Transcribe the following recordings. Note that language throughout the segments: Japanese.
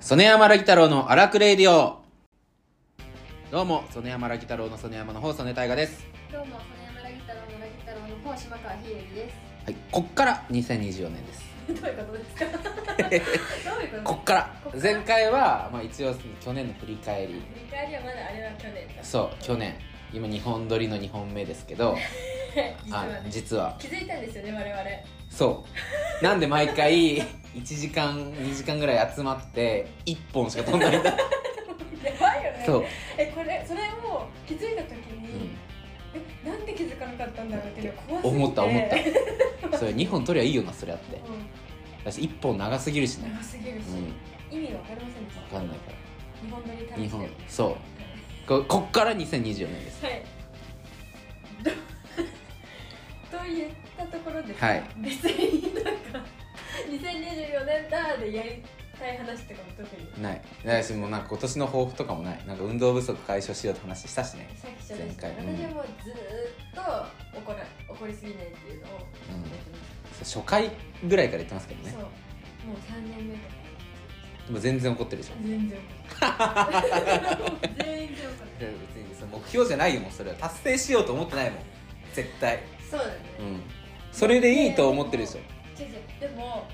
曽根山ラギ太郎の荒くレイディオどうも曽根山ラギ太郎の曽根山の方曽根大河ですどうも、曽根山ラギ太郎のラギ太郎の方、島川ひえ りではいこっから2024年ですす。どういうことです か。どういうことこっからこっから前回は、まあ、一応去年の振り返り振り返りはまだあれは去年だ。そう去年今2本撮りの2本目ですけど 実はあね、実は気づいたんですよね、我そうなんで毎回1時間2時間ぐらい集まって1本しか撮んないん だ 々。やばいよね。そう、え、これ、それを気づいた時うんに、え、なんで気づかなかったんだろうっていうのが怖すぎて。思った思っうん。 たそれ2本撮りゃいいよなそれあって私1本長すぎるしね長すぎるし、う意味がわかりませんでしんた分かんないか日本撮りら楽日しん本でるそうここっから2024年ですはい。ど と言ったところですはい別になんか2024年だでやりたい話とかも特にないないしもうなんか今年の抱負とかもないなんか運動不足解消しようって話したしねさっきじゃないですか前回うん私はもうずーっと怒ら怒りすぎないっていうのをやってます、そう初回ぐらいから言ってますけどねそうもう3年目とかでも全然怒ってるでしょ全然 怒る全然怒る別にその目標じゃないよもうそれは達成しようと思ってないもん絶対そうだね、うんそれでいいと思ってるでしょ違う違うでもも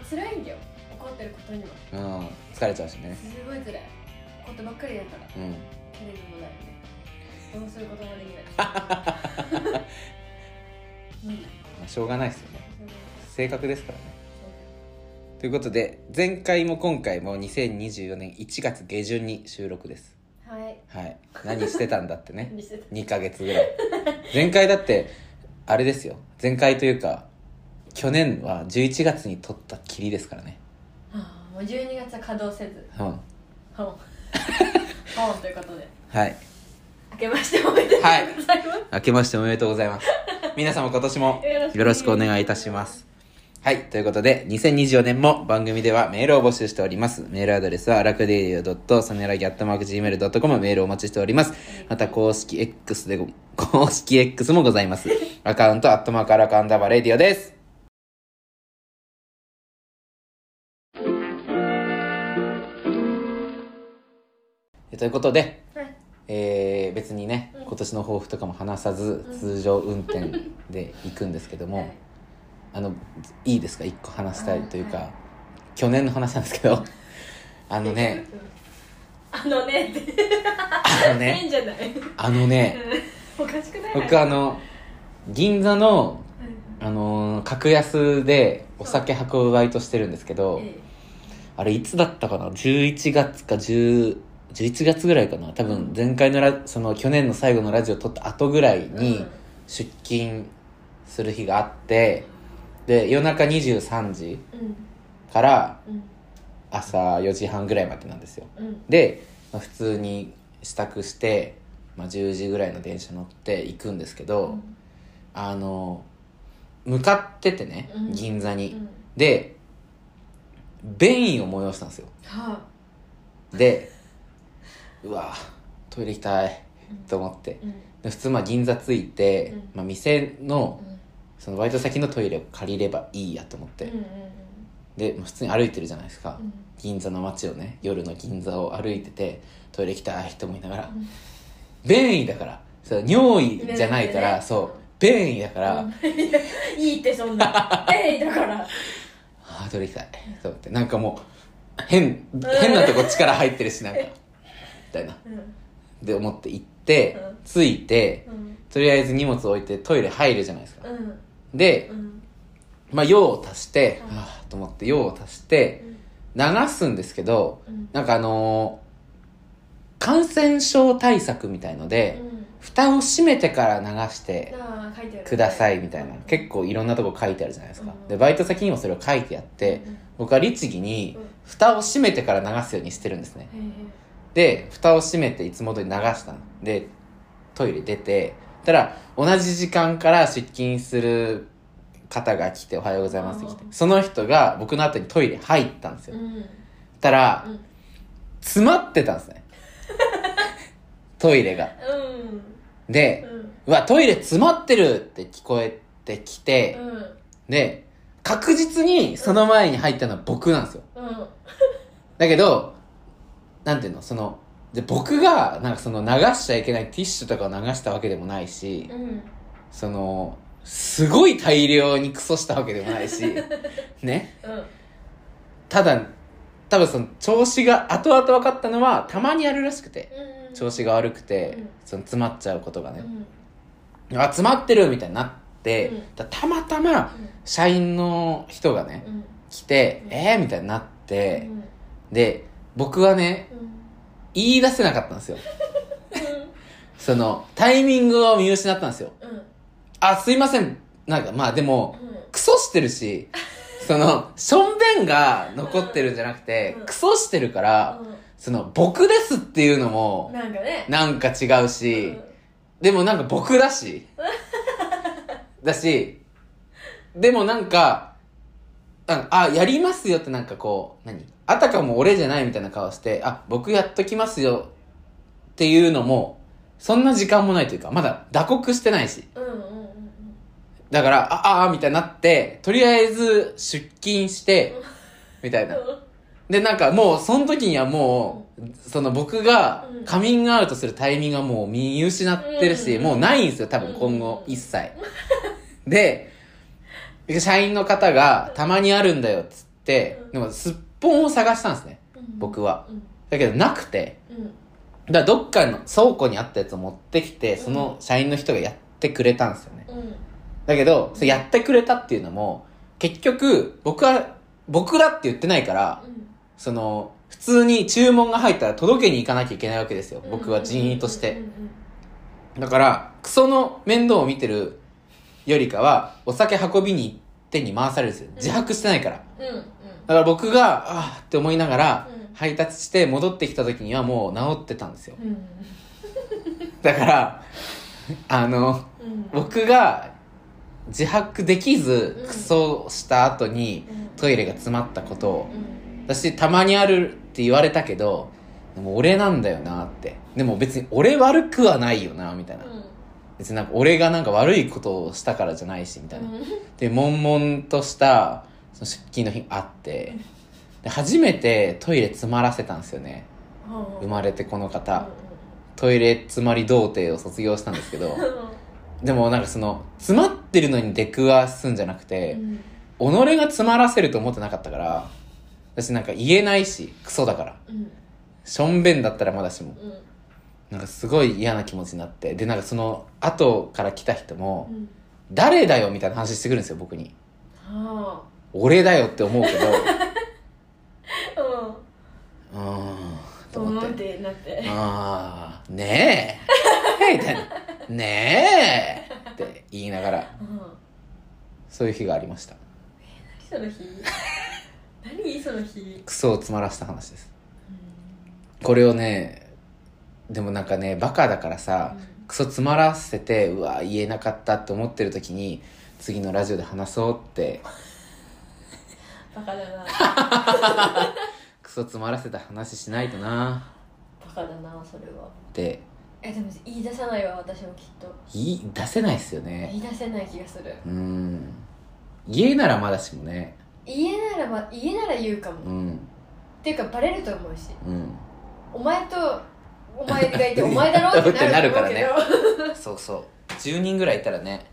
う辛いんだよ怒ってることにはうん疲れちゃうしねすごい辛いことばっかりだからうんけれどもだよねどうすることもできないうんまあしょうがないですよね性格ですからねはということで前回も今回も2024年1月下旬に収録ですいはい何してたんだってね見せて2ヶ月ぐらい前回だってあれですよ前回というか去年は11月に撮ったきりですからねああもう12月は稼働せずうんほんほんということではい明けましておめでとうございます、明けましておめでとうございます皆様今年もよろしくお願いいたしますはいということで2024年も番組ではメールを募集しておりますメールアドレスはラクデイリオサネラギアットマーク Gmail.com メールをお待ちしておりますまた公式 X でご 公式 X もございますアカウントアットマークアラカンダバレディオですということではいえー別にね、うん今年の抱負とかも話さず、うん通常運転で行くんですけども、はいあのいいですか一個話したいというか、あは去年の話なんですけ どあのねうんあのねってあの変ねじゃないうんあのねおかしくない僕あの銀座の、うんあのー格安でお酒運ぶバイトしてるんですけど、えあれいつだったかな11月か10 11月ぐらいかな多分前回のラその去年の最後のラジオ撮った後ぐらいえに、うん出勤する日があってで夜中23時からうん朝4時半ぐらいまでなんですようんで、まあ普通に支度して、まあ、10時ぐらいの電車乗って行くんですけど、うんあの向かっててねうん銀座に、うんで便意を催したんですよはあでうわトイレ行きたいと思ってうんで普通まあ銀座着いて、うんまあ、店のうんそのバイト先のトイレを借りればいいやと思って、うんうんでまあ普通に歩いてるじゃないですか、うん銀座の街をね夜の銀座を歩いててトイレ行きたいと思いながら、うん便意だからそう尿意じゃないから、ねそう便意だから、うんいやいいってそんなえいだからあートイレ行きたいと思ってなんかもう変変なとこ力入ってるしなんかみたいなうんで思って行ってうん着いてうんとりあえず荷物置いてトイレ入るじゃないですか、うんで、うんまあ、用を足して、うんああと思って用を足して流すんですけど、うんなんかあのー感染症対策みたいので、蓋を閉めてから流してなあ書いてあるくださいみたいな、うん結構いろんなとこ書いてあるじゃないですか、うんでバイト先にもそれを書いてあって、うん僕は律儀にうん蓋を閉めてから流すようにしてるんですねへえで蓋を閉めていつも通り流したのでトイレ出てたら同じ時間から出勤する方が来て「おはようございます」って来てうんその人が僕の後にトイレ入ったんですよ、うんうんたら、うん詰まってたんですねトイレがでうん「うわトイレ詰まってる!」って聞こえてきて、うんで確実にその前に入ったのは僕なんですようんだけど、なんていうの、その、で僕が、なんかその流しちゃいけないティッシュとかを流したわけでもないし、うんその、すごい大量にクソしたわけでもないし、ね。うんただ、多分その調子が後々分かったのは、たまにあるらしくて。うん調子が悪くて、うんその詰まっちゃうことがうね、んあ詰まってるみたいになって、うんだたまたま社員の人がねうん来て、うんえー、みたいになっうんて、で僕はねうんうん言い出せなかったんですよそのタイミングを見失ったんですようんあすいませんなんかまあでもうんクソしてる しそのしょんべんが残ってるんじゃなくて、うんクソしてるから、うその僕ですっていうのんもなんかねなんか違うし、でもなんか僕だし。だし、でもなんか、なんあ、やりますよってなんかこう、何あたかも俺じゃないみたいな顔して、あ、僕やっときますよっていうのも、そんな時間もないというか、まだ打刻してないし。うんうんうんうんだから、あ、ああ、みたいになって、とりあえず出勤してうん、みたいな。うで、なんかもう、その時にはもう、その僕がうんカミングアウトするタイミングはもう見失ってるし、うんもうないんですよ、多分うん今後、一切。で、社員の方がたまにあるんだよ、っつってう、んでもすっぽんを探したんですね、ん僕は。うんだけどなくて、うんだからどっかの倉庫にあったやつを持ってきて、その社員の人がやってくれたんですよね。うんだけど、それやってくれたっていうのも、結局、僕は、僕らって言ってないから、その、普通に注文が入ったら届けに行かなきゃいけないわけですよう。ん僕は人員としうて。んうんだから、クソの面倒を見てるよりかは、お酒運びに行ってに回されるんですよ。自白してないから。だうんうんから僕が、ああって思いながらうん、配達して戻ってきた時にはもう治ってたんですよ。うんだから、あの、うん僕が自白できずう、んクソした後にうんトイレが詰まったことを、うん私たまにあるって言われたけどでも俺なんだよなってでも別に俺悪くはないよなみたいな、別になんか俺がなんか悪いことをしたからじゃないしみたいな、うんで悶々としたその出勤の日があってで初めてトイレ詰まらせたんですよね生まれてこの方トイレ詰まり童貞を卒業したんですけどうんうんでもなんかその詰まってるのに出くわすんじゃなくて、己が詰まらせると思ってなかったから私なんか言えないしクソだからうんしょんべんだったらまだしもうんなんかすごい嫌な気持ちになってでなんかその後から来た人もうん「誰だよ」みたいな話してくるんですよ僕には「俺だよ」って思うけ どあうんうーんと思思っっててなってああねえみたいな「ねえ」って言いながらうんそういう日がありました何その日何その日クソを詰まらせた話ですこれをねでもなんかねバカだからさ、クソつまらせてうわ言えなかったって思ってる時に次のラジオで話そうってバカだなクソつまらせた話しないとなバカだなそれはってえでも言い出さないわ私もきっと言い出せないっすよ言ねい出せない気がするうん家ならまだしもね言えならば言えなら言うかも、うっんていうかバレると思うしうんお前とお前がいてお前だろってなる と思うけどそうそう10人ぐらいいたらね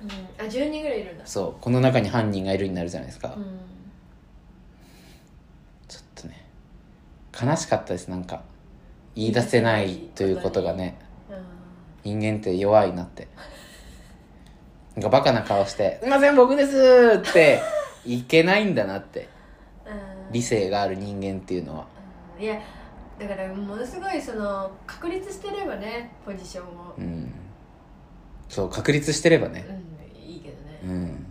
うん、あ10人ぐらいいるんだそうこの中に犯人がいるになるじゃないですか、うんちょっとね悲しかったですなんか言い出せないということがねうん人間って弱いなってなんかバカな顔して「すいません僕です!」っていけないんだなってうん理性がある人間っていうのはうんいやだからものすごいその確立してればねポジションをうんそう確立してればねうんいいけどね、うん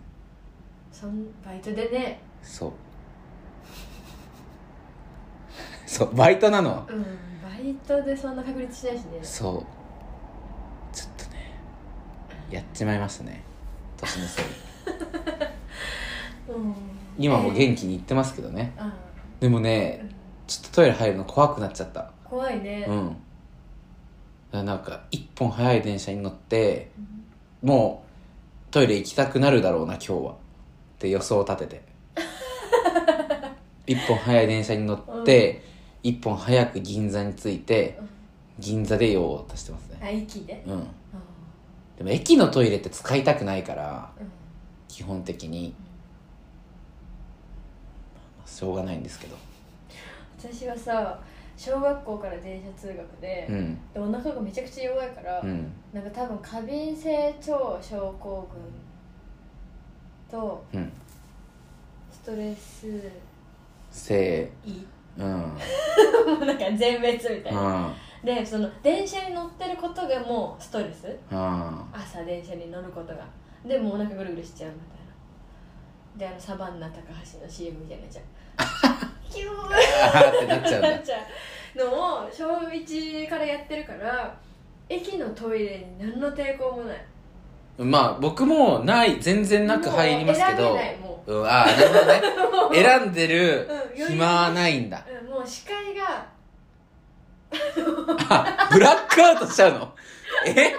そんバイトでねそう そうバイトなのうんバイトでそんな確立しないしねそうちょっとねやっちまいましたね年のせいうん今も元気に言ってますけどねあでもーうねんちょっとトイレ入るの怖くなっちゃった怖いねうんだからなんか一本早い電車に乗ってうんもう トイレ行きたくなるだろうな今日はって予想を立てて一本早い電車に乗って、一本早く銀座に着いてうん銀座で用を足してますねあ駅でうんあでも駅のトイレって使いたくないからーうん基本的にまあしょうがないんですけど私はさ小学校から電車通学で,うで、んお腹がめちゃくちゃ弱いから、うんなんか多分過敏性腸症候群とうんストレスせ胃ーうんもうなんか全滅みたいうな、んでその電車に乗ってることがもうストレスうん朝電車に乗ることがでもうお腹ぐるぐるしちゃうみたいなであのサバンナ高橋の CM みたいになっちゃ うキューあーってなっちゃうんなだっちゃうのを小1からやってるから駅のトイレに何の抵抗もないまあ僕もない全然なく入りますけもどう選べないもうん、ああなるほどねう もう選んでるうん暇はないんだうんもう視界があブラックアウトしちゃうのえ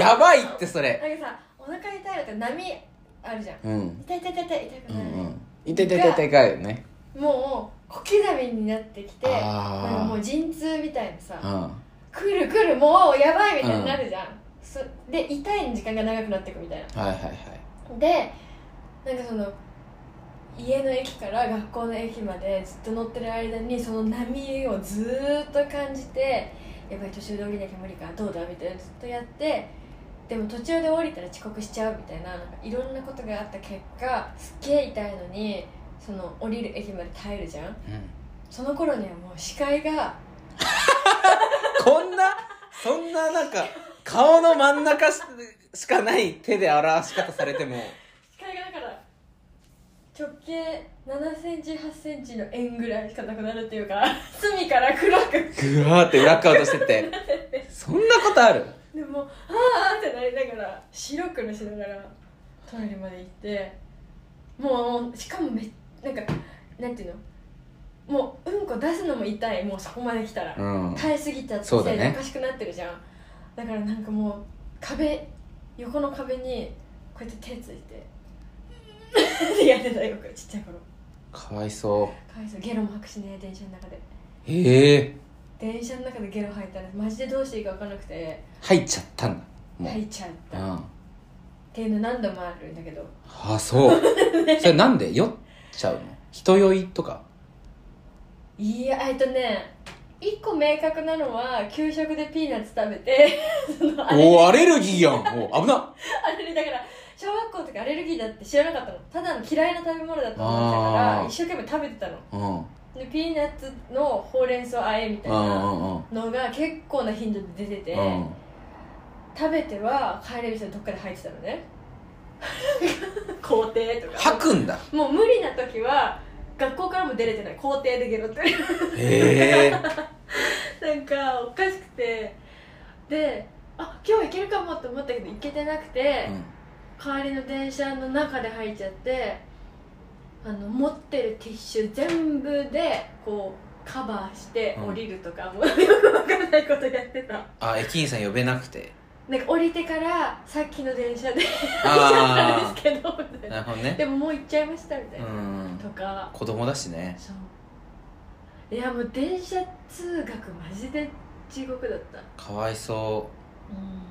やばいってそれなんかさお腹痛いのって波あるじゃんうん痛い痛い痛い痛い痛くうなんうい、ん痛い痛い痛い痛いかよねもう小刻みになってきてなんかもあう陣痛みたいなさあくるくるもうやばいみたいになるじゃん、そで痛いの時間が長くなっていくみたいなうんはいはいはいでなんかその家の駅から学校の駅までずっと乗ってる間にその波をずーっと感じてやばい途中で降りなきゃ無理かどうだみたいなずっとやってでも途中で降りたら遅刻しちゃうみたいななんかいろんなことがあった結果すっげえ痛いのにその降りる駅まで耐えるじゃんうんその頃にはもう視界がこんなそんななんか顔の真ん中ししかない手で表し方されても視界がだから直径7センチ8センチの円ぐらいしかなくなるっていうか 隅から暗くぐわーってブラックアウトしてってそんなことあるでもう「ああ」ってなりながら白黒しながらトイレまで行ってもうしかもめなんかなんていうのもううんこ出すのも痛いもうそこまで来たら、うん耐えすぎたってそうだねおかしくなってるじゃんだからなんかもう壁横の壁にこうやって手ついて ってやってたよくちっちゃい頃かわいそかわいそうゲロも吐くしね電車の中でうへえ電車の中でゲロ吐いたらマジでどうしていいか分からなくて入っちゃったんだもう、吐いちゃった、うんっあていうの何度もあるんだけどあそうそれなんで酔っちゃうの人酔いとかいやえっとね一個明確なのは給食でピーナッツ食べて そのあれおおアレルギーやんおー危なっあれだから小学校とかアレルギーだって知らなかったのただの嫌いな食べ物だと思ってたかあらー一生懸命食べてたのうんでピーナッツのほうれん草あえみたいうんなうんうんのが結構な頻度で出てて、うん食べては帰れる人どっかで入ってたのね 校庭とか吐くんだもう無理な時は学校からも出れてない校庭でゲロってへえなんかおかしくてであ今日行けるかもって思ったけど行けてなくて、帰りの電車の中で入っちゃってあの持ってるティッシュ全部でこうカバーしてうん降りるとか、もう よくわかんないことやってたあ駅員さん呼べなくてなんか降りてからさっきの電車で行っちゃったんあですけどみあたいななるほどねでももう行っちゃいましたみたいうな、んとか子供だしねそういやもう電車通学マジで地獄だったかわいそうん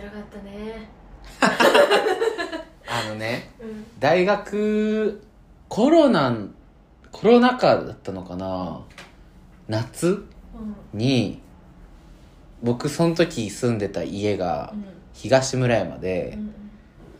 辛かったねうあのねうん大学コロナコロナ禍だったのかな夏うんに僕その時住んでた家が東村山で、うん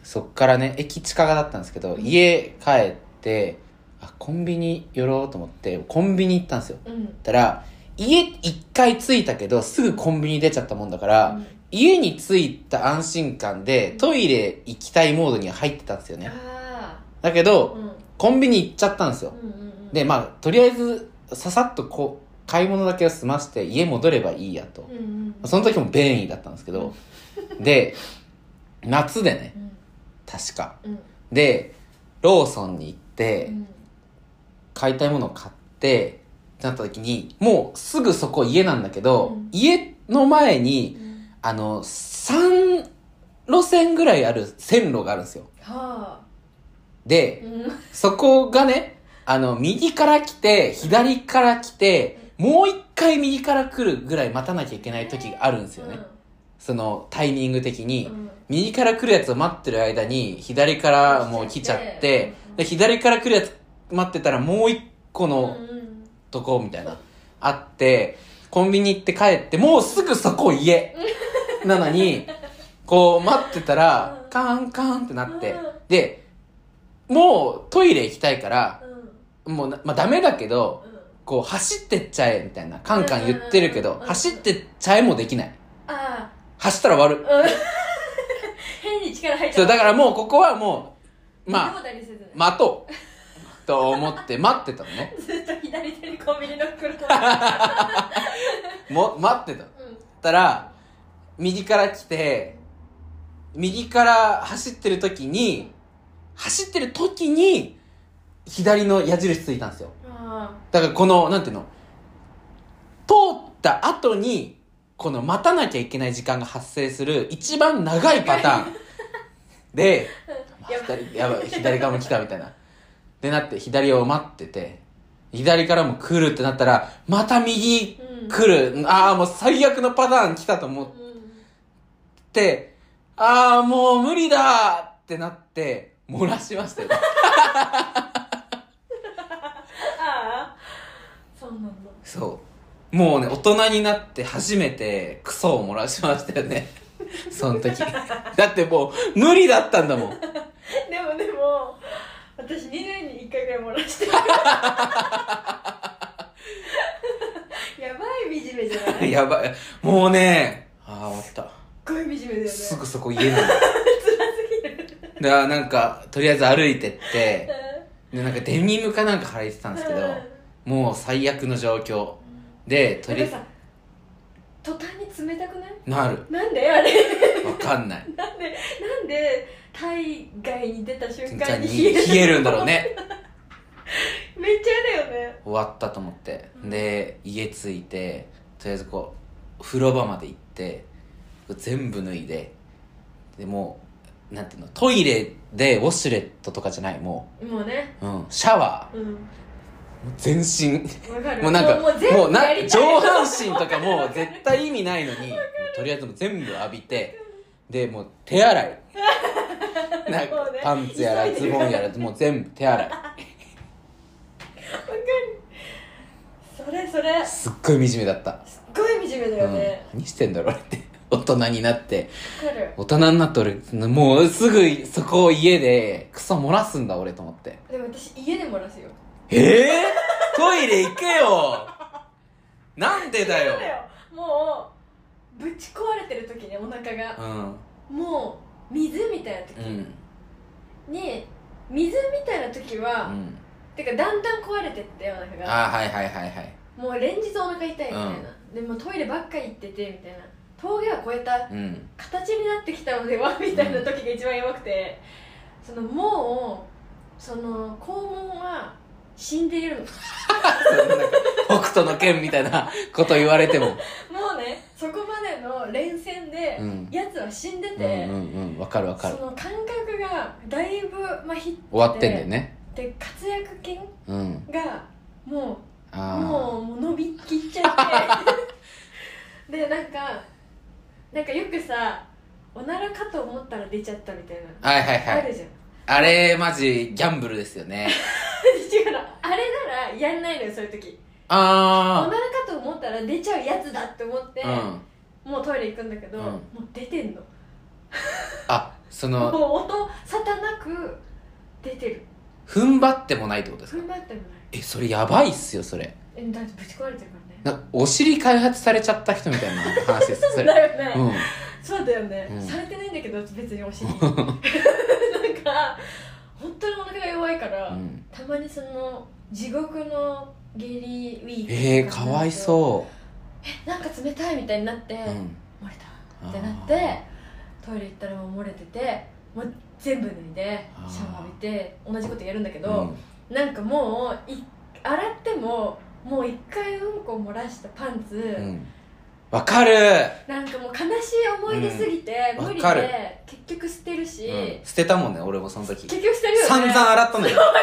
そっからね駅近だったんですけど家帰ってあコンビニ寄ろうと思ってコンビニ行ったんですようんうんたら家一回着いたけどすぐコンビニ出ちゃったもんだから、うん家に着いた安心感でトイレ行きたいモードには入ってたんですよねあだけあどうんコンビニ行っちゃったんですようんうんうんでまあとりあえずささっとこう買い物だけを済まして家戻ればいいやとうんうんうんその時も便意だったんですけどで夏でねうん確かうんでローソンに行っうてん買いたいものを買ってってなった時にもうすぐそこ家なんだけど、うん家の前にうんあの3路線ぐらいある線路があるんですよはあでうんそこがねあの、右から来て、左から来て、もう一回右から来るぐらい待たなきゃいけない時があるんですよね。そのタイミング的に。うん右から来るやつを待ってる間に、左からもう来ちゃって、で左から来るやつ待ってたらもう一個うんのうんとこみたいな、あって、コンビニ行って帰って、もうすぐそこ 家なのに、こう待ってたらう、んカーンカーンってなってうん、で、もうトイレ行きたいから、うんうんもうな、まあダメだけど、こう走ってっちゃえみたいな、カンカン言ってるけうんどう、んうん走ってっちゃえもできない。あ走ったら終わある。うん変に力入っちゃそうう、だからもうここはもう、まあ、あせず待とうと思って待ってたのね。ずっと左手にコンビニの袋うんも、待ってたの。ったら、右から来て、右から走ってる時に、走ってる時に、左の矢印ついたんですよ。あだからこの、なんていうの、通った後に、この待たなきゃいけない時間が発生する一番長いパター ンで、あやばい左、やばい、左側も来たみたいな。でなって、左を待ってて、左からも来るってなったら、また右うん来る。ああ、もう最悪のパターン来たと思っうんて、ああ、もう無理だってなって、漏らしましたよ。ああそうなんだ そう。もうね、大人になって初めてクソを漏らしましたよ ね。その時。だってもう無理だったんだもん。でもでも私2年に1回ぐらい漏ら してるやばい惨めじゃないすっやばい。もうね、ああ、終わっごい惨めだよねた。す辛ぐそこ家なんだ。すぎるだからなんか、とりあえず歩いてって、で、なんかデニムかなんか履いてたんですけど、もう最悪の状況。で、となんりかさ途端に冷たくないなる。なんであれわかんない。なんでなんで体外に出た瞬瞬間間にに冷える冷えるんだろうね。めっちゃ嫌だよね終わったと思って。で、家着いて、とりあえずこう、風呂場まで行って、全部脱いで、で、もう、なんていうの、トイレでウォシュレットとかじゃない、ももうねう、うん、シャワうんー、もう全身。わかるもうなんか、もう全もう部なやりたい上半身とかもう絶対意味ないのに、もうとりあえずもう全部浴びて、で、もう手洗 い。なんもうかねパンツやら急いでズるボンやらもう全部手洗い。わかるそれそれすすっごい惨めだった。っごい惨めだよね、うん、何してんだろう俺って。大人になって。わかる大人になって俺、もうすぐそこを家で、クソ漏らすんだ俺と思って。でも私家で漏らすよええトイレ行けよなんでだそうだよもうぶち壊れてる時ねお腹がうん。もう水みたいな時うん。に、水みたいな時うは、ん。てかだんだん壊れてってお腹がああ、はいはいはいはい。もう連日お腹痛いみたいな、でもうトイレばっか行っててみたいな峠は越えたうん。形になってきたのではみたいな時が一番やばくてそのもうその肛門は死んでいるなのんか北斗の剣みたいなこと言われても。もうねそこまでの連戦で、うん。やつは死んでうんうて、んうん。わかるわそかる。の感覚がだいぶまひっ終わってんだよね。て活躍筋うん。がもうあもうもう伸びきっちゃって でなんかなんかよくさおならかと思ったら出ちゃったみたいな、あ。はいはいはあい。るじゃん あれ、マジ、ギャンブルですよね。違うのあれならやんないのよそういう時おならあかと思ったら出ちゃうやつだって思って、あ。うん。もうトイレ行くんだけど、うんもう出てんのあ、そもの、う音沙汰なく出てる踏ん張ってもないってことです踏かん張ってもないえ、それやばいっすよ、それ。えだってぶち壊れてるからねなお尻開発されちゃった人みたいな話です、そ れ。だよね、うん。そうだよね、うんされてないんだけど別にお尻 なんか本当にお腹が弱いから、うん。たまにその地獄の下痢ウィークえー、かわいそなんか冷たいみたいになって、う。うん。漏れたってなってトイレ行ったらもう漏れててもう全部脱いであーシャワー浴びて同じことやるんだけあー、ど、なんかもうい洗ってももう一回うんこ漏らしたパンツ、うん。うん。わかるなんかもう悲しい思い出すぎて、うん無理わかるで結局捨てるし、うん。捨てたもんね、俺もその時。結局捨てるよね散々洗ったのよ。散々ゴ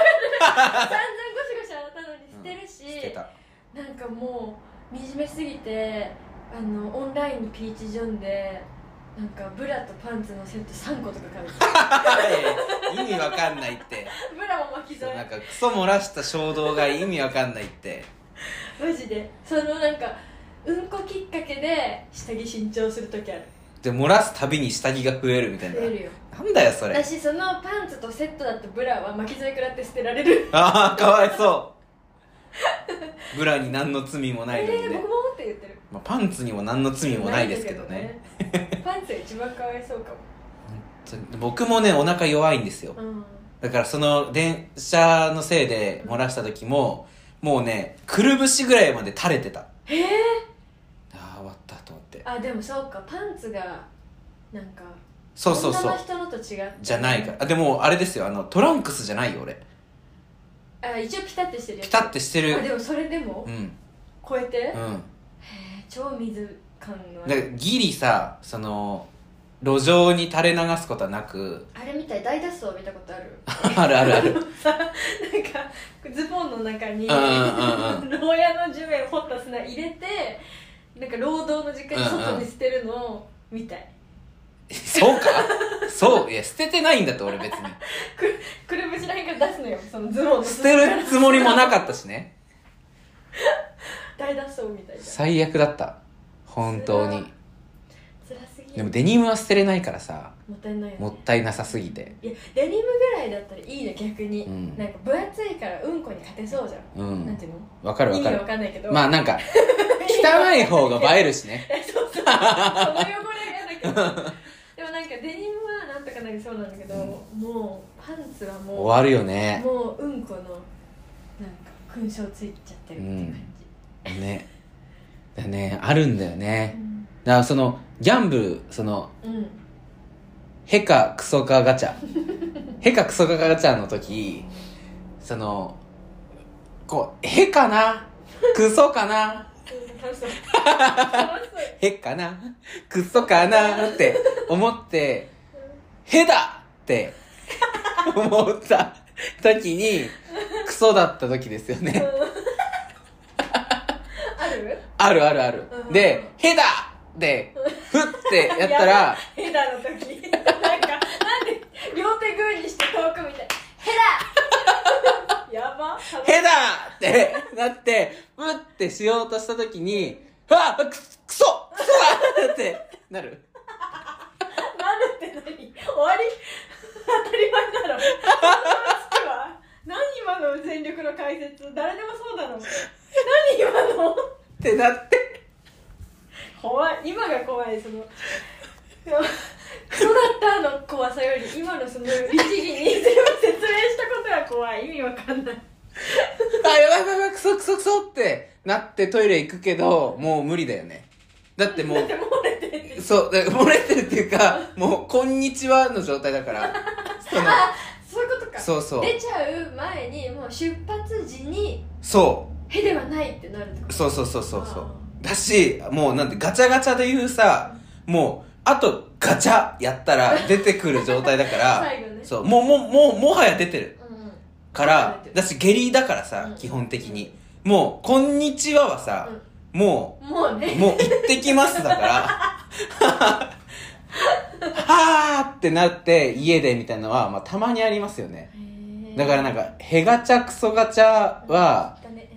シ捨てた なんかもう惨めすぎてあのオンラインのピーチジョンでなんかブラとパンツのセット3個とか買う いやいや意味わかんないってブラも巻きそ添うなえんかクソ漏らした衝動が意味わかんないってマジでそのなんかうんこきっかけで下着新調する時あるで漏らすたびに下着が増えるみたい増なえるよなんだよそれ私そのパンツとセットだったブラは巻き添え食らって捨てられるああかわいそうブラに何の罪もえないのにー、ね僕もって言ってるまあ、パンツにも何の罪もないですけどねないけどね パンツが一番かわいそうかも僕もねお腹弱いんですようんだからその電車のせいで漏らした時ももうねくるぶしぐらいまで垂れてたへえああ終わったと思ってあでもそうかパンツがなんかそうそうそ女うの人のと違ってじゃないからあでもあれですよあのトランクスじゃないよ俺あ一応ピタってしてるやつピタッてしてあるでもそれでもうん超えて、へうんえ超水感のあだるからギリさその路上に垂れ流すことはなく あれみたい大脱走見たことあるあるあるあるさなんかズボンの中にうんうんう牢屋の地面掘った砂入れてなんか労働の時間に外に捨てるのをみたい、そうかそういや捨ててないんだと俺別にくるぶしらへんから出すのよそのズボンの捨てるつもりもなかったしね大脱走みたいじゃん最悪だった本当に辛すぎるでもデニムは捨てれないからさもったいないよ、ね、もったいなさすぎていやデニムぐらいだったらいいの逆に、うんなんか分厚いからうんこに勝てそうじゃん、うなんんていうのわかる意わ味かるわかんないけどまああなんか汚い方が映えるしねそう そうその汚れがだけどでもなんかデニムはなんとかなりそうなんだけど、もうパンツはもう終わるよねもううんこのなんか勲章ついちゃってるっていう感じ、ねだねあるんだよねうんだからそのギャンブルその うんヘカクソカガチャヘカクソカガチャの時そのこうヘかなクソかな楽しそう楽しそうへっかなクソかなって思って、へだって思った時に、クソだった時ですよね。 あるあるあるあるう。んで、へだで、ふってやったら、ヘラの時 なんかなんで両手グーにして遠くみたいヘラ やばへだってなって、ふってしようとした時に、あくクソクソだってなる。なるって何終わり当たり前だろそのは何今の全力の解説誰でもそうだろ何今のってなって、怖い今が怖いそのクソだったの怖さより今のその律儀に 全部説明したことが怖い意味わかんないあ、やばいやばいやばい、クソクソクソってなってトイレ行くけど、もう無理だよね。だってもだっうて、漏れてるそう、だから漏れてるっていうか、もう、こんにちはの状態だから。そのあそういうことかそうそう。出ちゃう前にもう出発時にそ「へ」ではないってなるってこう。とそうそうそうそうそあう。だし、もうなんて、ガチャガチャで言うさ、もう、あと、ガチャやったら出てくる状態だから、最後ねそう、もう、もう、もう、もはや出てるうんうんから、だし、下痢だからうさん、基本的に。もう、こんにちははさ、ももうう、ねもう、行ってきますだか ら、はーってなって、家でみたいなのは、まあ、たまにありますよね。だからなんかか、へガチャクソガチャは、だね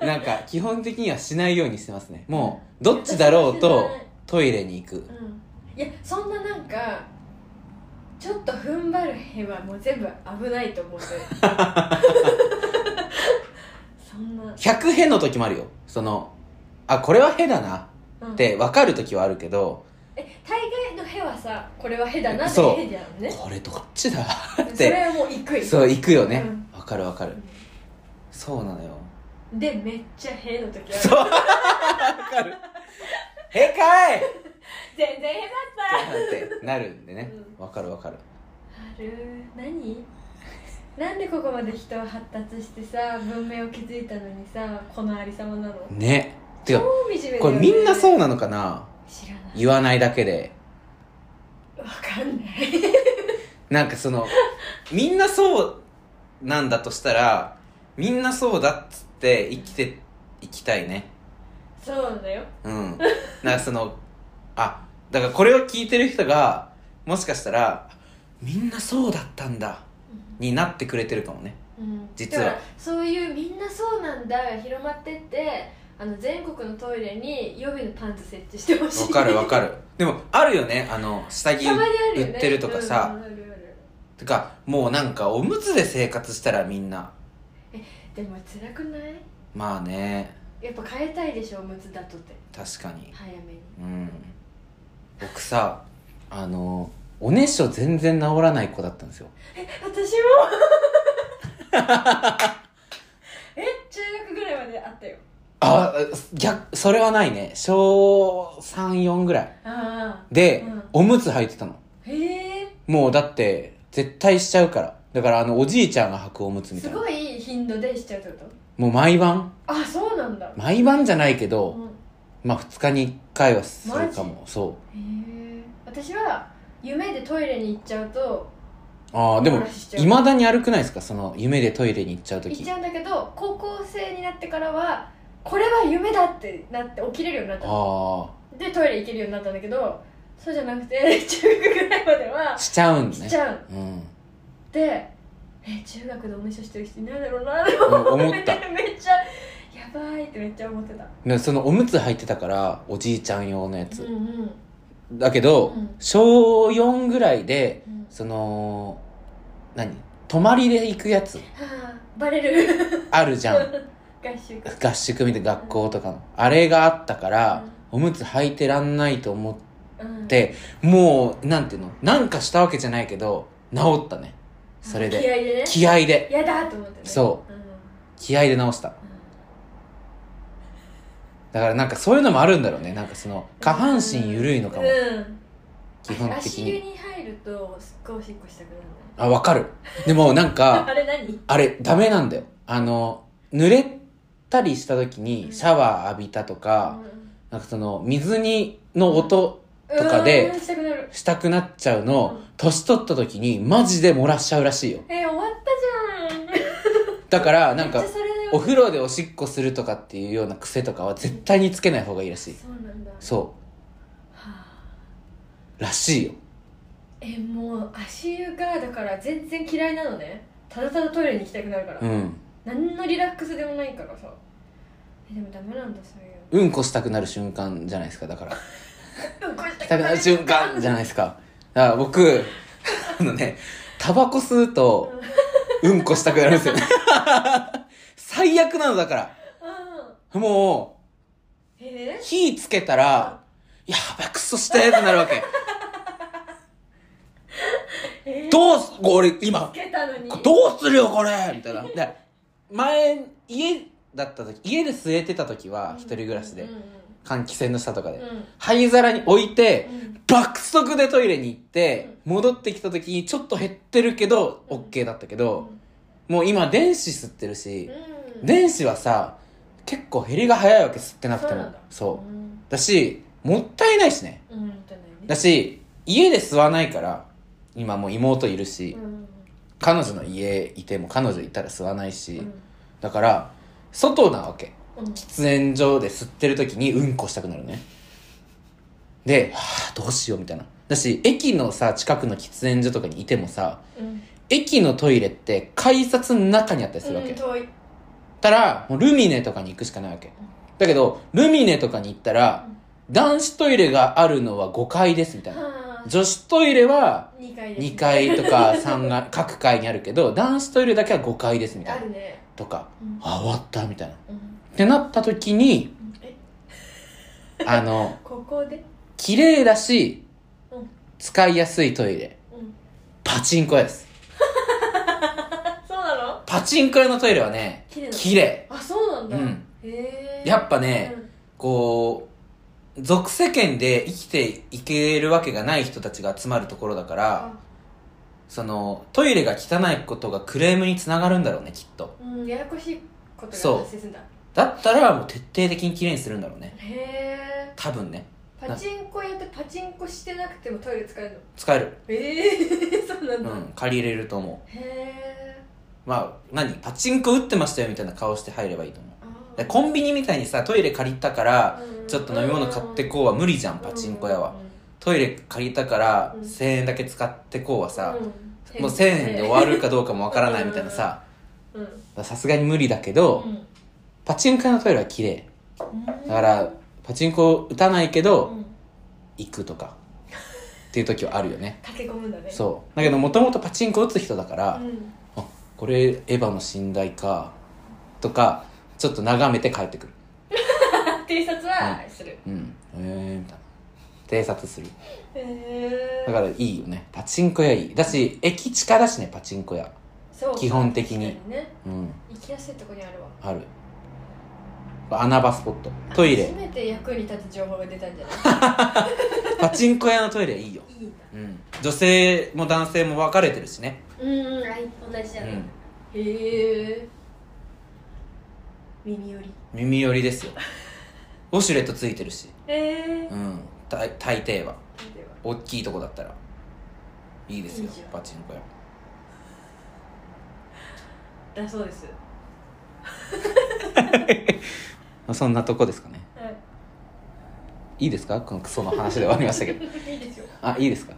なんか基本的にはしないようにしてますね。もう、どっちだろうとトイレに行くう。んいやそんななんかちょっと踏ん張るへはもう全部危ないと思 うそんな、 100への時もあるよ。その、あ、これはへだなうんって分かる時はあるけど、え大概のへはさこれはへだなってそうへじゃんねこれどっちだっそれて、はもう行くよそう、行くよねう。分かる分かる。そうなの よ。うんでめっちゃへの時あるそう分かる。へかい全然へだった ってなるんでね。分かる分かる。ある何 なんでここまで人は発達してさ文明を築いたのにさこのありさまなのね。て超か、惨めだよねこれみんなそうなのかな知らない言わないだけで。わかんない なんかそのみんなそうなんだとしたらみんなそうだっつって生きていきたいねそうだようんなんかそのあだからこれを聞いてる人がもしかしたらみんなそうだったんだになってくれてるかもねうん実はだからそういうみんなそうなんだが広まってってあの全国のトイレに予備のパンツ設置してほしいわかるわるかるでもあるよねあの下着 たまにあるよ売ねってるとかさ、うんあるあるてかもうなんかおむつで生活したらみんなでも辛くないまあねやっぱ変えたいでしょおむつだとって確かに早めにうん僕さあのおねしょ全然治らない子だったんですよ私もえ中学ぐらいまであったよあ逆それはないね小34ぐらいあで、うんおむつ履いてたのあへえもうだって絶対しちゃうからだからあのおじいちゃんが履くおむつみたすいなごい頻度でしちゃうってこともう毎晩あそうなんだ、毎晩じゃないけうど、ん、まあ2日に1回はするかもそうへえ私は夢でトイレに行っちゃうとああでも漏らしちゃういまだに歩くないですかその夢でトイレに行っちゃう行っ時ちゃうんだけど高校生になってからはこれは夢だってなって起きれるようになったのあでトイレ行けるようになったんだけどそうじゃなくて 中学ぐらいまではあしちゃうんしねちゃううんでえ中学でおねしょしてる人いないだろうなって 思っためっちゃやばいってめっちゃ思ってたでそのおむつ履いてたからおじいちゃん用のやつ、うんうんだけど、うん小4ぐらいでうんその何泊まりで行くやつはあバレるあるじゃん 合宿合宿みたいな学校とかのあれがあったから、おむつ履いてらんないと思うんってもうなんていうのなんかしたわけじゃないけど治ったねそれ気で合でね気合でやだと思ってね、そううんうん、気合で治しただからなんかそういうのもあるんだろうねなんかその下半身緩いのかも、うん基本的足湯にに入るとすっごいおしっこしたくなあわかるでもなんるねかあれ何あれダメなんだよあの濡れたりした時うにんシャワー浴びたとか、なんかその水にの音うんとかでうーんしたくなるしたくなっちゃうのを、うん年取った時にマジで漏らしちゃうらしいよえー終わったじゃんだからなんかめっちゃそれだよお風呂でおしっこするとかっていうような癖とかは絶対につけない方がいいらしいそうなんだそはあうらしいよえもう足湯がだから全然嫌いなのねただただトイレに行きたくなるから、うん何のリラックスでもないからさえでもダメなんだそういううんこしたくなる瞬間じゃないですかだからうんこししたくなる瞬間じゃないですかだから僕あのねタバコ吸うとうんこしたくなるんですよね最悪なのだからうもんえう火つけたらやばいクソしたやつになるわけー、えー、どうす俺今つけたのにどうするよこれみたいなで前家だった時家で据えてた時は一人暮らしでうんうん換気扇の下とかうでん灰皿に置いてうん爆速でトイレに行って、戻ってきた時にちょっと減ってるけど、うん OK だったけど、もう今電子吸ってるし、うん電子はさ、結構減りが早いわけ吸ってなくそてうなんもだ。そうう。んだし、もったいないしね。うんじゃないねだし、家で吸わないから、今もう妹いるし、うん彼女の家いても彼女いたら吸わないし、うんだから、外なわけ。うん喫煙所で吸ってる時にうんこしたくなるねで、はあ、どうしようみたいなだし駅のさ近くの喫煙所とかにいてもさうん駅のトイレって改札の中にあったりするわけ、うん遠いたらもうルミネとかに行くしかないわけだけどルミネとかに行ったら、男子トイレがあるのは5階ですみたいなはあ女子トイレは二階です2階とか3階 各階にあるけど男子トイレだけは5階ですみたあいなるねとかうんあ終わったみたいなっうんてなった時にうんえあのここで綺麗だし、うん使いやすいトイレうんパチンコ屋ですあそうなのパチンコ屋のトイレはね綺麗なの綺麗あそうなんだ、うんへえやっぱね、こう俗世間で生きていけるわけがない人たちが集まるところだからそのトイレが汚いことがクレームにつながるんだろうねきっとうん、うん、ややこしいことそうが発生するんだだったらもう徹底的に綺麗にするんだろうねへえ多分ねパチンコやってパチンコしてなくてもトイレ使えるの使えるええそうなんうだ、ん借りれると思へえうまあ何パチンコ打ってましたよみたいな顔して入ればいいと思うあでコンビニみたいにさトイレ借りたからうんちょっと飲み物買ってこうは無理じゃんパチンコ屋はトイレ借りたからうん1000円だけ使ってこうはさうんもう1000円で終わるかどうかもわからないみたいなさうんうんさすがに無理だけどパチンコ屋のトイレは綺麗だからパチンコ打たないけうどん行くとかっていう時はあるよね駆け込むんだねうそうだけどもともとパチンコ打つ人だから、んあこれエヴァの寝台かとかちょっと眺めて帰ってくる T シャツはするうんへえみたいな偵察するへだからいいよねパチンコ屋いいだし駅近だしねパチンコ屋ら基本的にねうん行きやすいとこにあるわある穴場スポットトイ レ初めて役に立つ情報が出たんじゃないパチンコ屋のトイレいいよ、いいうん、女性も男性も分かれてるしね、なうんうんあい同じじうゃない、ん、へえ耳寄り耳寄りですよウォシュレットついてるし、ええうん、大大抵は大きいとこだったらいいですよいいじゃんパチンコ屋だそうですまあそんなとこですかねはいいいですかこのクソの話で終わりましたけどいいですよあいいですか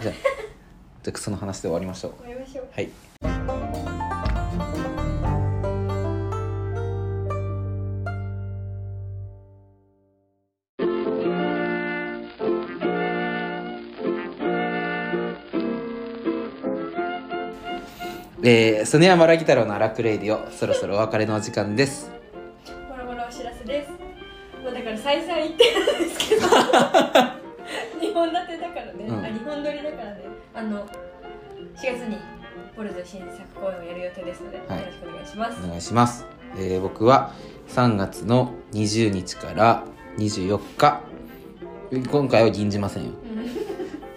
じゃあじゃあクソの話で終わりましょう終わりましょうはいえー、曽根山ラギ太郎の荒くレイディオそろそろお別れのお時間ですボロボロお知らせですまあだから再三言ってるんですけど日本立てだからね、うんあ日本撮りだからねあの4月にボルゾ新作公演をやる予定ですので、はいよろしくお願いしますお願いします、えー僕は3月の20日から24日今回は銀じませんよ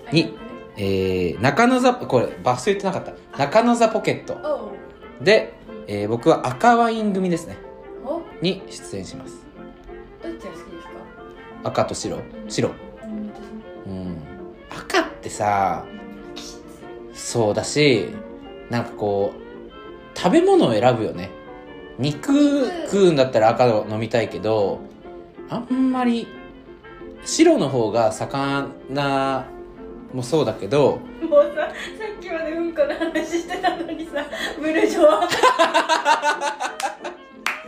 うんにえー中野座これ場所言ってなかった中野座ポケットおうで、えー僕は赤ワイン組ですねおに出演しますどっちが好きですか赤と白白うん私もうん赤ってさキシッするそうだしなんかこう食べ物を選ぶよね肉食うんだったら赤を飲みたいけどあんまり白の方が魚もそうだけどもうささっきまでうんこの話してたのにさブルジョワ落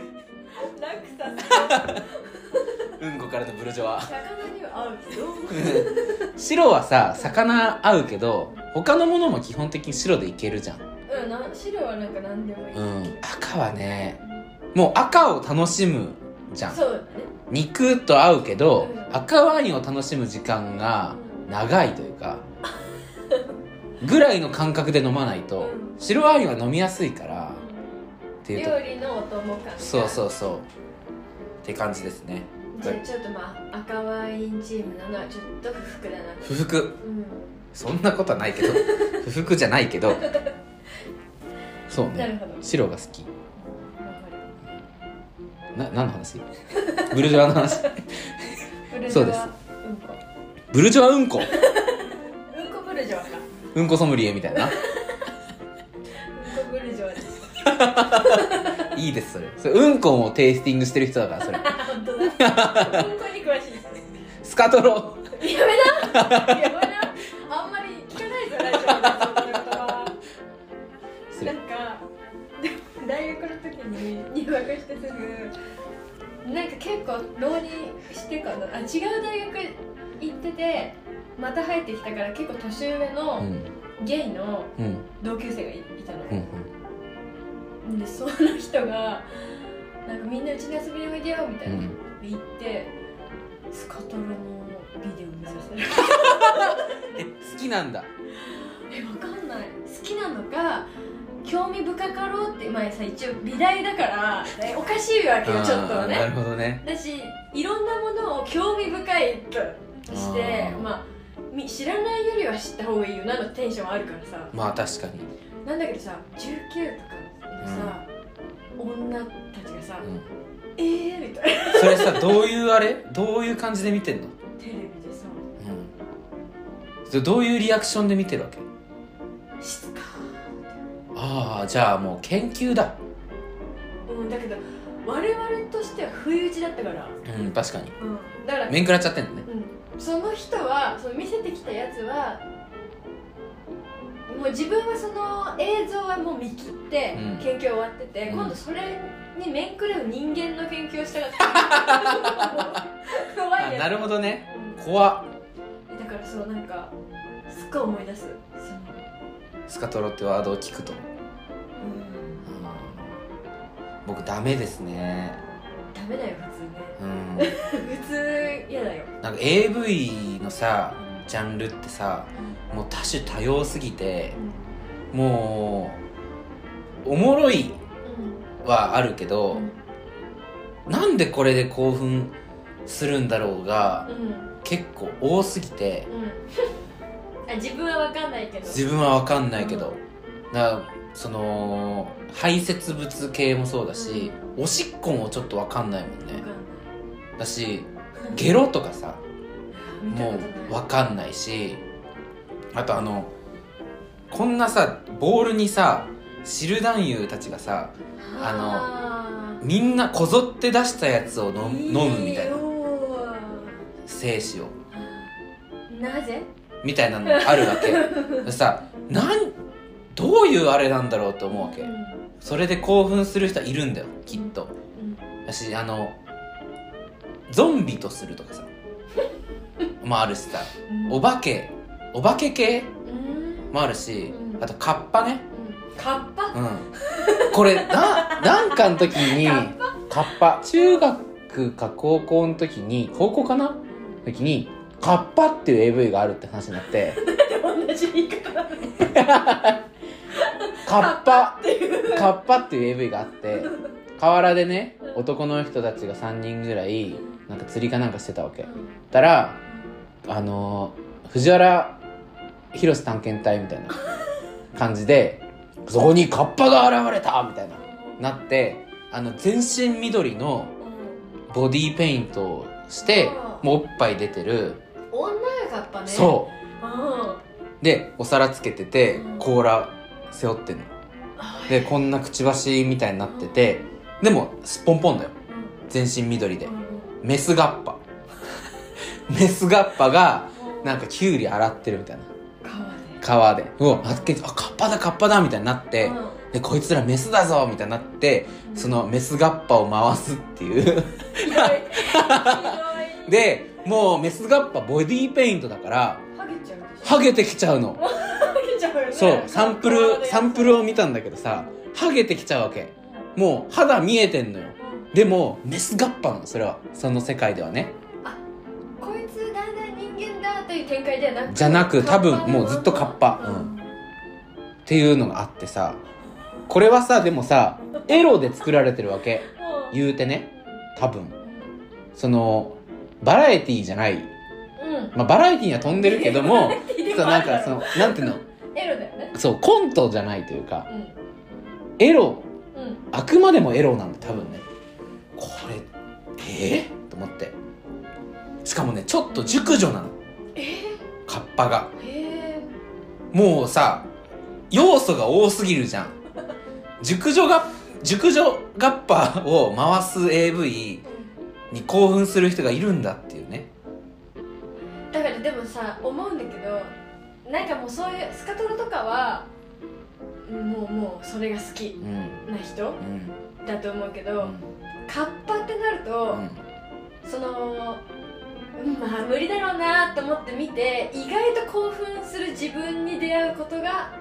差すごいうんこからのブルジョワ魚には合うけど 白はさ魚合うけど他のものも基本的に白でいけるじゃん、うんな白はなんか何でもいい、うん、赤はねもう赤を楽しむじゃんそうだね肉と合うけどうん赤ワインを楽しむ時間が長いという かぐらいの感覚で飲まないとうん白ワインは飲みやすいからっていうと料理のお供感がそうそううそうって感じですねじゃあちょっとまあ赤ワインチームなのはちょっと不服だな不服うそんなことはない けど不服じゃないけどそうんなるねほど白が好きわかるな何の話ブルジョワの話ブルジそうョですワうんこブルジョワうんこうんこブルジョワかうんこソムリエみたいなうんこブルジョワですいいですそれそれうんこもテイスティングしてる人だからそれあ本当だうんこに詳しいですねスカトロやめなやめなあんまり聞かないぞラジオでそんなことはすなるんかでも大学の時に入学してすぐなんか結構浪人してかなあ違う大学行っててまた入ってきたから結構年上うんのゲイのうん同級生がいいたの、うんうんでその人が「なんかみんなうちに遊びにおいでよ」みたういな、ん言ってスカトロのビデオ見させられたえ好きなんだえわかんない好きなのか興味深かろうってまあさ一応美大だからえおかしいわけよちょっとはあーなるねほどねだしいろんなものを興味深いとしてあーまあみ知らないよりは知った方がいいよなのテンションはあるからさまあ確かになんだけどさ19とかのさ、女たちがさ「うんえー」みたいなそれさどういうあれどういう感じで見てんのテレビでさうんそれどういうリアクションで見てるわけ「静か」あああじゃあもう研究だうん、だけど我々としては不意打ちだったから、うん確かにうん、だから、面食らっちゃってんのねうん、その人はその見せてきたやつはもう自分はその映像はもう見切ってうん研究終わってて、うん今度それに面食らう人間の研究をしたかっ た怖あいやつなるほどねうん怖っだからそうなんかすっごい思い出すそのスカトロってワードを聞くとうん僕ダメですねダメだようん 普通ね普通嫌だよなんか AV のさジャンルってさもう多種多様すぎてうもうおもろいんうんはあるけど、なんでこれで興奮するんだろうがうん結構多すぎてうん、あ 自分は分かんないけど自分は分かんないけどだからその排泄物系もそうだし、おしっこもちょっと分かんないもん分ねかだしんないゲロとかさ見たもことないう分かんないしあとあのこんなさボールにさ汁男優たちがさあみんなこぞって出したやつを飲む飲むみたいな精子をななぜみたいなのあるわ けさなんどういうあれなんだろうと思うわけうんそれで興奮する人はいるんだよきっとうんだしあのゾンビとすると かさもあるしさうんお化けお化け系うんうんもあるしうんあとカッパねカッパうんこれななんかの時にカッパ中学か高校の時に高校かな時にカッパっていう AV があるって話になって同じ言い方だねカッパっていうカッパっていう AV があって河原でね男の人たちが3人ぐらいなんか釣りかなんかしてたわけたらあのー藤原広瀬探検隊みたいな感じでそこにカッパが現れたみたいななってあの全身緑のボディーペイントをしてもうおっぱい出てる、女がカッパねそうあうでお皿つけててうん甲羅背負ってんのでこんなくちばしみたいになっててでもすっぽんぽんだよ全身緑でメスガッパ メスガッパがなんかかキュウリ洗ってるみたいな川で川でうわ発見あカッパだカッパだみたいになって、うでこいつらメスだぞみたいになってんそのメスガッパを回すっていうひどい ひどいでもうメスガッパボディーペイントだからハゲちゃうでしょハゲてきちゃうのハゲちゃうよねそうサンプルサンプルを見たんだけどさハゲてきちゃうわけもう肌見えてんのようんでもメスガッパなのそれはその世界ではねこいつだんだん人間だという展開ではなくじゃなくカッパ多分もうずっとカッパうんうんっていうのがあってさこれはさでもさエロで作られてるわけ言うてね多分そのバラエティーじゃない、うんまあ、バラエティーには飛んでるけども でそうもなあんるかだろそのなんていうのエロだよねそうコントじゃないというかうエロんうんあくまでもエロなんだ多分ねこれえー、と思ってしかもねちょっと熟女なのえカッパがーへもうさ要素が多すぎるじゃん熟女が熟女ガッパを回す AV ーうんに興奮する人がいるんだっていうねだからでもさ思うんだけどなんかもうそういうスカトロとかはもうもうそれが好きうんな人うんだと思うけうどんカッパってなるとうんそのうんまあ無理だろうなと思って見て意外と興奮する自分に出会うことが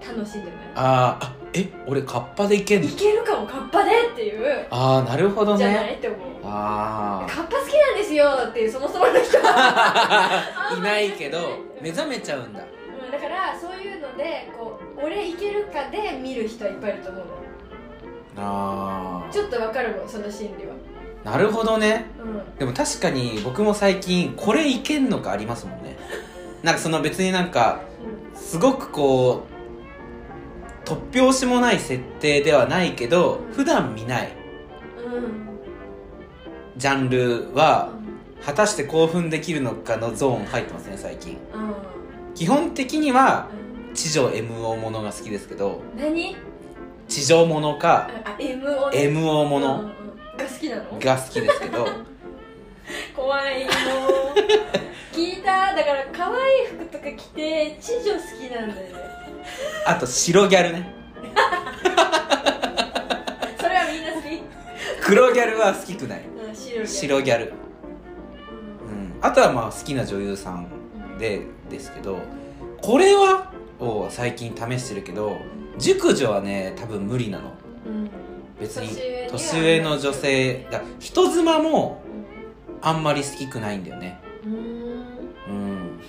楽しいんじゃないあーあえ俺カッパでいけんのいけるかもカッパでっていうああなるほどじゃなねいって思うカあッパ好きなんですよって いうそもそもの人は、あいないけど目覚めちゃうんだうん、だからそういうのでこう俺いけるかで見る人はいっぱいいると思うのあちょっとわかるもんその心理はあなるほどねうんでも確かに僕も最近これいけんのかありますもんねなんかその別になんかすごくこう突拍子もない設定ではないけど普段見ないうんうんジャンルは果たして興奮できるのかのゾーン入ってますね最近うん基本的にはうん地上 MO ものが好きですけど何地上ものかあ MO ね MO もうんうんのうんが好きなのが好きですけど怖いの聞いただから可愛い服とか着て地女好きなんだよねあと白ギャルねそれはみんな好き黒ギャルは好きくないうん白い白ギャル、うん、あとはまあ好きな女優さんうんでですけどこれはを最近試してるけど熟女はね多分無理なのうん別に年上には年上の女性だ人妻もあんまり好きくないんだよねうんうんうん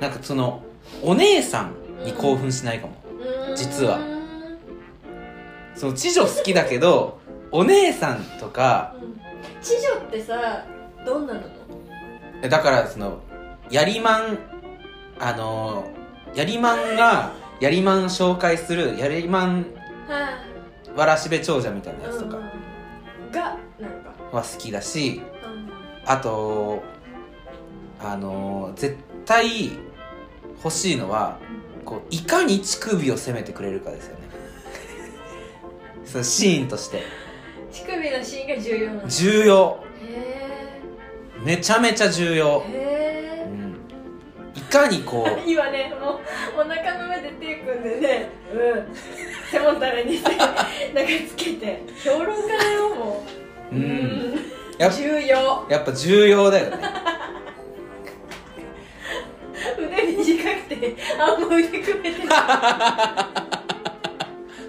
なんかそのお姉さんに興奮しないかもうん実はその知女好きだけどお姉さんとかうん地女ってさどんなのなのだからそのやりまんあのやりまんがやりまん紹介するやりまんはわらしべ長者みたいなあやつとかうんがなんかは好きだしうんあとあの絶対欲しいのはこういかに乳首を攻めてくれるかです よねそのシーンとして乳首のシーンが重要なのへ重要えめちゃめちゃ重要、うへん、いかにこうえ 今ねもうお腹の上で手組んでねうん背もたれに してなんかつけて評論家だよもうう うんややっ重要やっぱ重要だよね腕短くてあんま腕組め てない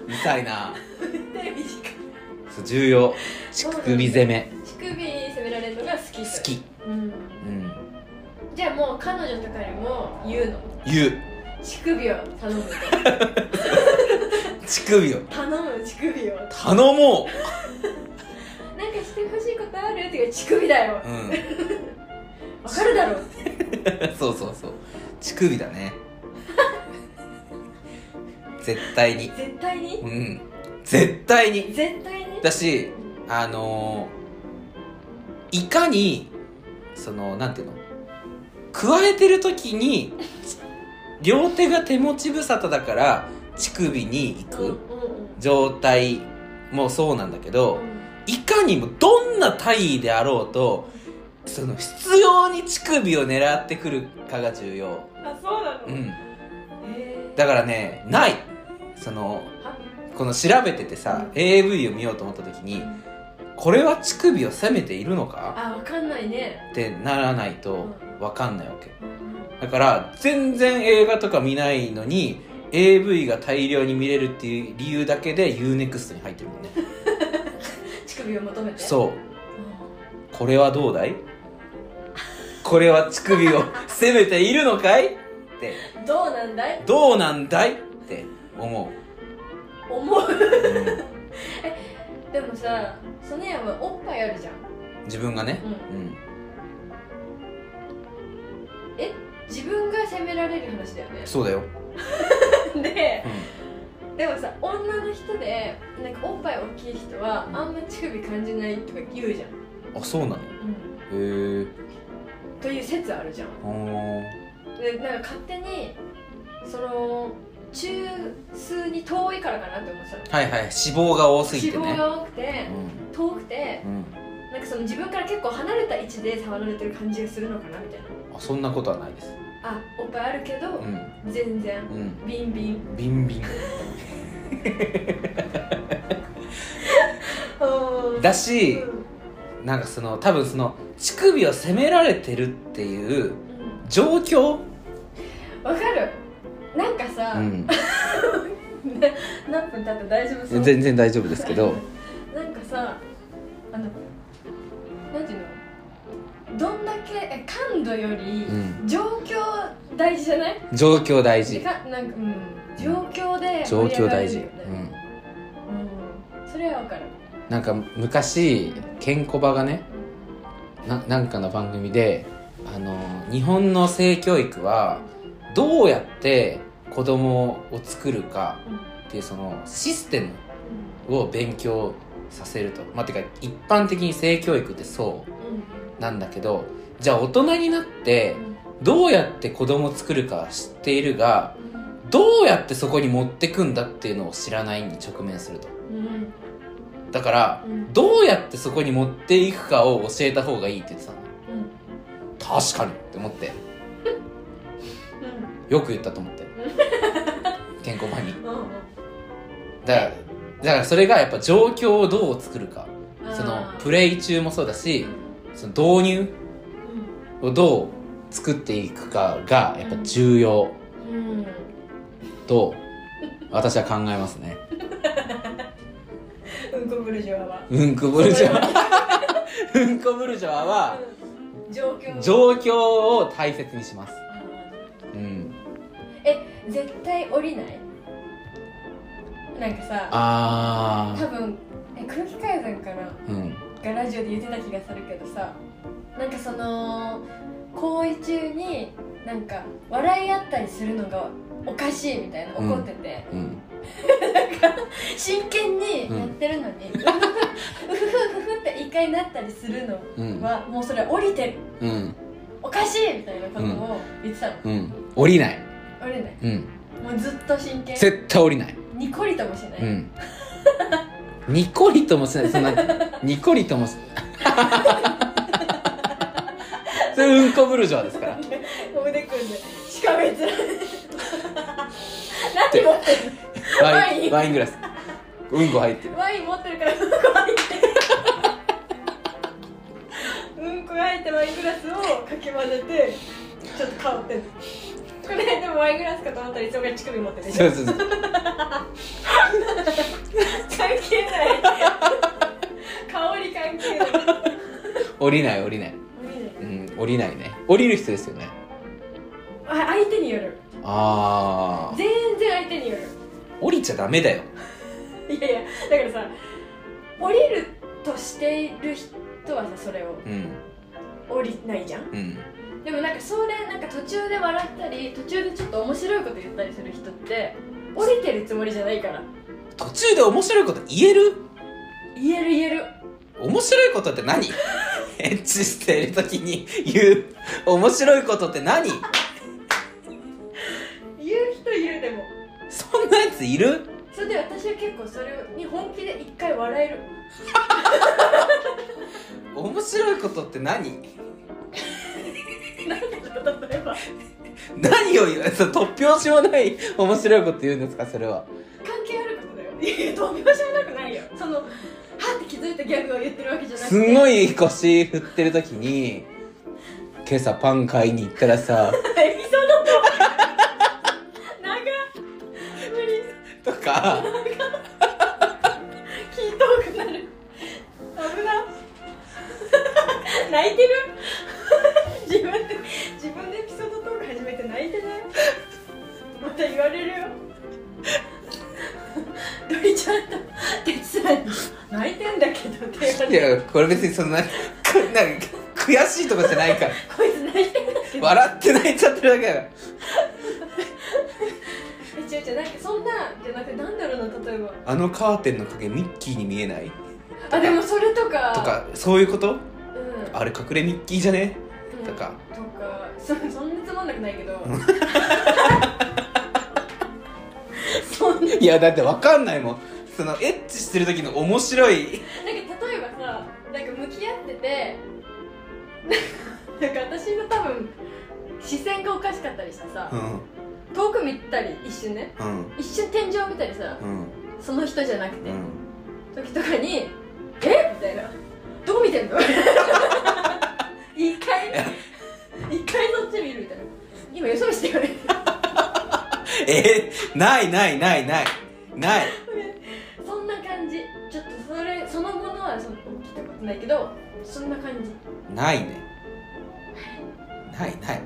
みたいな腕短いそう重要乳首攻め乳首攻められるのが好き好き、うんうん、じゃあもう彼女とかにも言うの言う乳首を頼む 乳首を頼む乳首を頼もなんかしてほしいことあるっていう乳首だよう、うわかるだろん、 そうそうそう乳首だね 絶対に絶対にうん絶対に絶対にだしあのーいかにそのなんていうの加えてる時に両手が手持ち無沙汰だから乳首に行うんうんく状態もそうなんだけどいかにもどんな体位であろうとその必要に乳首を狙ってくるかが重要うんあそうなの、うへんえだからねないそのあこの調べててさ、うん AV を見ようと思った時にこれは乳首を責めているのかあわかんないねってならないとうわかんないわけうんだから全然映画とか見ないのに AV が大量に見れるっていう理由だけで UNEXT に入ってるもん ね乳首を求めてうそうこれはどうだいこれは乳首を責めているのかいってんどうなんだいどうなんだいって思思うう、うんでもさそのやはおっぱいあるじゃん自分がねううんん自分が責められる話だよねそうだよ、でうでもさ女の人でなんかおっぱい大きい人はあんま乳首感じないとか言うじゃん、ん、あそうなのへうん、えという説あるじゃんでなんか勝手にその中枢に遠いからかなって思ってたのはいはい脂肪が多すぎ脂てね肪が多くてうん遠くてうんなんかその自分から結構離れた位置で触られてる感じがするのかなみたいなあそんなことはないですあおっぱいあるけど、うん全然うんビンビンビンビンだしなんかその多分その乳首を責められてるっていううん状況わ、かるなんかさ、んね 何分経って大丈夫そう全然大丈夫ですけど なんかさあのなんていうのどんだけえ感度よりうん状況大事じゃない、状況大で事かなんかうん状況で状況大盛事り上がうれるよねんうんそれはわかるなんか昔ケンコバがねななんかの番組であの日本の性教育はどうやって子供を作るかうんっていうそのシステムを勉強させるとまあてか一般的に性教育ってそうんうなんだけどじゃあ大人になってどうやって子供作るかは知っているがうんどうやってそこに持ってくんだっていうのを知らないに直面するとうんだからうんどうやってそこに持っていくかを教えた方がいいって言ってたのうん確かにって思ってよく言ったと思って健康版にうんうんだからだからそれがやっぱ状況をどう作るかそのプレイ中もそうだしその導うん入をどう作っていくかがやっぱ重要うんと私は考えますねうんこブルジョアはうんこブル ジョアうんこブルジョアはうん状況状況を大切にしますあうんー絶対降りないなんかさあ多分え空気階段かなーうんがラジオで言ってた気がするけどさなんかその行為中になんか笑い合ったりするのがおかしいみたいなうん怒ってて、うん真剣にやってるのに、うふふふふって一回なったりするのうんは、もうそれ降りてうるんおかしいみたいなことを言ってたの、うん降りない降りないうんもうずっと真剣絶対降りないにこりともしない、うんニコリともしないそんなニコリともし それうんこブルジョアですから腕組んでしかめつら 何持ってるワワイインンワイングラスうんこ入ってるワイン持ってるからうんこ入ってるうんこが入ったワイングラスをかき混ぜてちょっと香ってるこれでもワイングラスかと思ったらいつもが乳首持ってるでしそうょそうそう関係ない香り関係ない降りない降りない無理だようん降りないね降りる人ですよねあ相手によるああ全然相手による降りちゃダメだよいやいやだからさ降りるとしている人はさそれをうん降りないじゃんうんでもなんかそれなんか途中で笑ったり途中でちょっと面白いこと言ったりする人って降りてるつもりじゃないから途中で面白いこと言える言える言える面白いことって何 エッチしている時に言う面白いことって何言う人いるでもそんなやついるそれで私は結構それに本気で一回笑える面白いことって何なんだろう例えば何を言うそう突拍子もない面白いこと言うんですかそれは関係あることだよいやいや飛び出しもなくないよそのはって気づいたギャグを言ってるわけじゃなくてすんごい腰振ってる時に今朝パン買いに行ったらさ エピソードと長っ無理とか聞い遠くなる危な泣いてる 自分で自分でエピソードトーク始めて泣いてないまた言われるよ ドリちゃんと哲也に泣いてんだけどって言わいれるやこれ別にそんななんか悔しいとかじゃないからこいつ泣いてんだけど笑って泣いちゃってるだけだからえ違う違うなんかそんなじゃなくてなんだろうな例えばあのカーテンの影ミッキーに見えないあでもそれとかとかそういうことうんあれ隠れミッキーじゃねうんとかとかそそんなつまんなくないけどそんないやだってわかんないもんそのエッチしてる時の面白いなんか例えばさなんか向き合ってて なんか私の多分視線がおかしかったりしてさう、ん遠く見たり一瞬ねうん一瞬天井見たりさうんその人じゃなくうて、ん時とかに「えみたいな「どこ見てんの? 」 一回一回そっち見るみたいな今よそ見してよね えー、ないないないないないそんな感じちょっとそれそのものはその聞いたことないけどそんな感じないねないない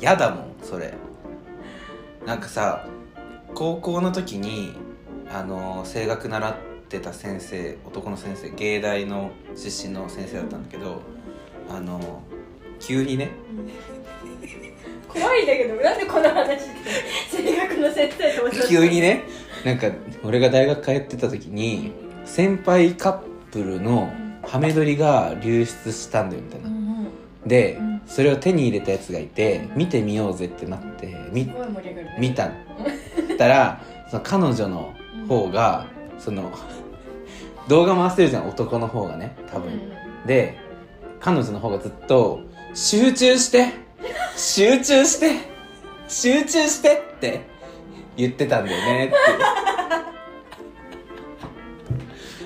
やだもんそれなんかさ高校の時にあの声楽習ってた先生男の先生芸大の出身の先生だったんだけどあの急にね怖いんだけどなんでこの話で声楽の先生とおっしゃった急にねなんか俺が大学通ってた時に先輩カップルのハメ撮りが流出したんだよみたいなうんうんで、うんそれを手に入れたやつがいて見てみようぜってなってみすごい盛り上がるね見たたら その彼女の方がその 動画回してるじゃん男の方がね多うん分で彼女の方がずっと「集中して集中して集中して」って言ってたんだよねって い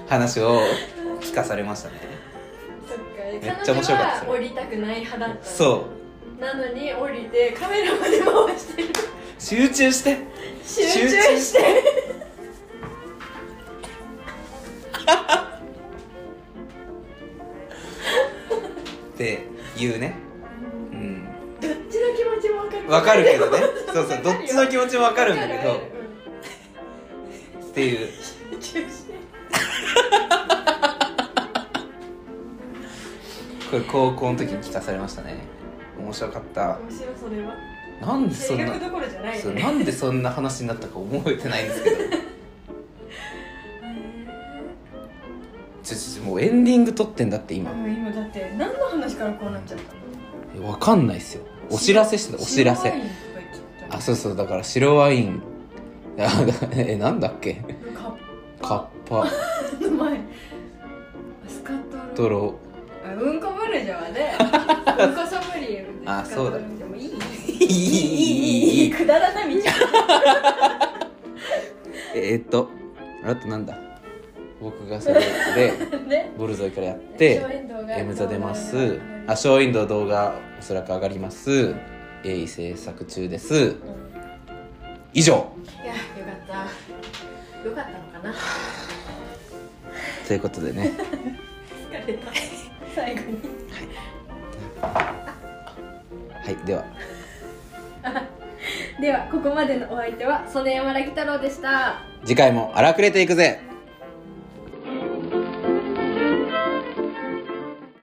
う話を聞かされましたねそっかめっちゃ面白かったそれ降りたくない派だったのそうなのに降りてカメラまで回してる集中して集中中してって言うねうんどっちの気持ちも分かるわかるけどねそうそうどっちの気気持持ちもわかるんだけわどかるうんっていう集中してこれ高校の時に聞かされましたね面白かった面白いそれはなんでそ性んな格どころじゃないそうねなんでそんな話になったか覚えてないんですけどちょちょちょもうエンディング撮ってんだって今うん今だって何の話からこうなっちゃったのえわかんないっすよお知らせしてたお知らせ白ワインとか言っちゃったあそうそうだから白ワインあだえなんだっけカッパカップの前スカトトロロあうんこブルジョワねうんこソムリエみたいなあそうだでもいいいいいいいいいいくだらない道えーっとあとなんだ僕がそれでねボルゾイからやっショーてウィンドウが「エムザ出ます」「ああショーウィンドウ動画おそらく上がります」「鋭意制作中です」以上いやよかったよかったのかなということでね疲れ た最後にはいではではここまでのお相手は曽根山良太郎でした次回も荒くれていくぜ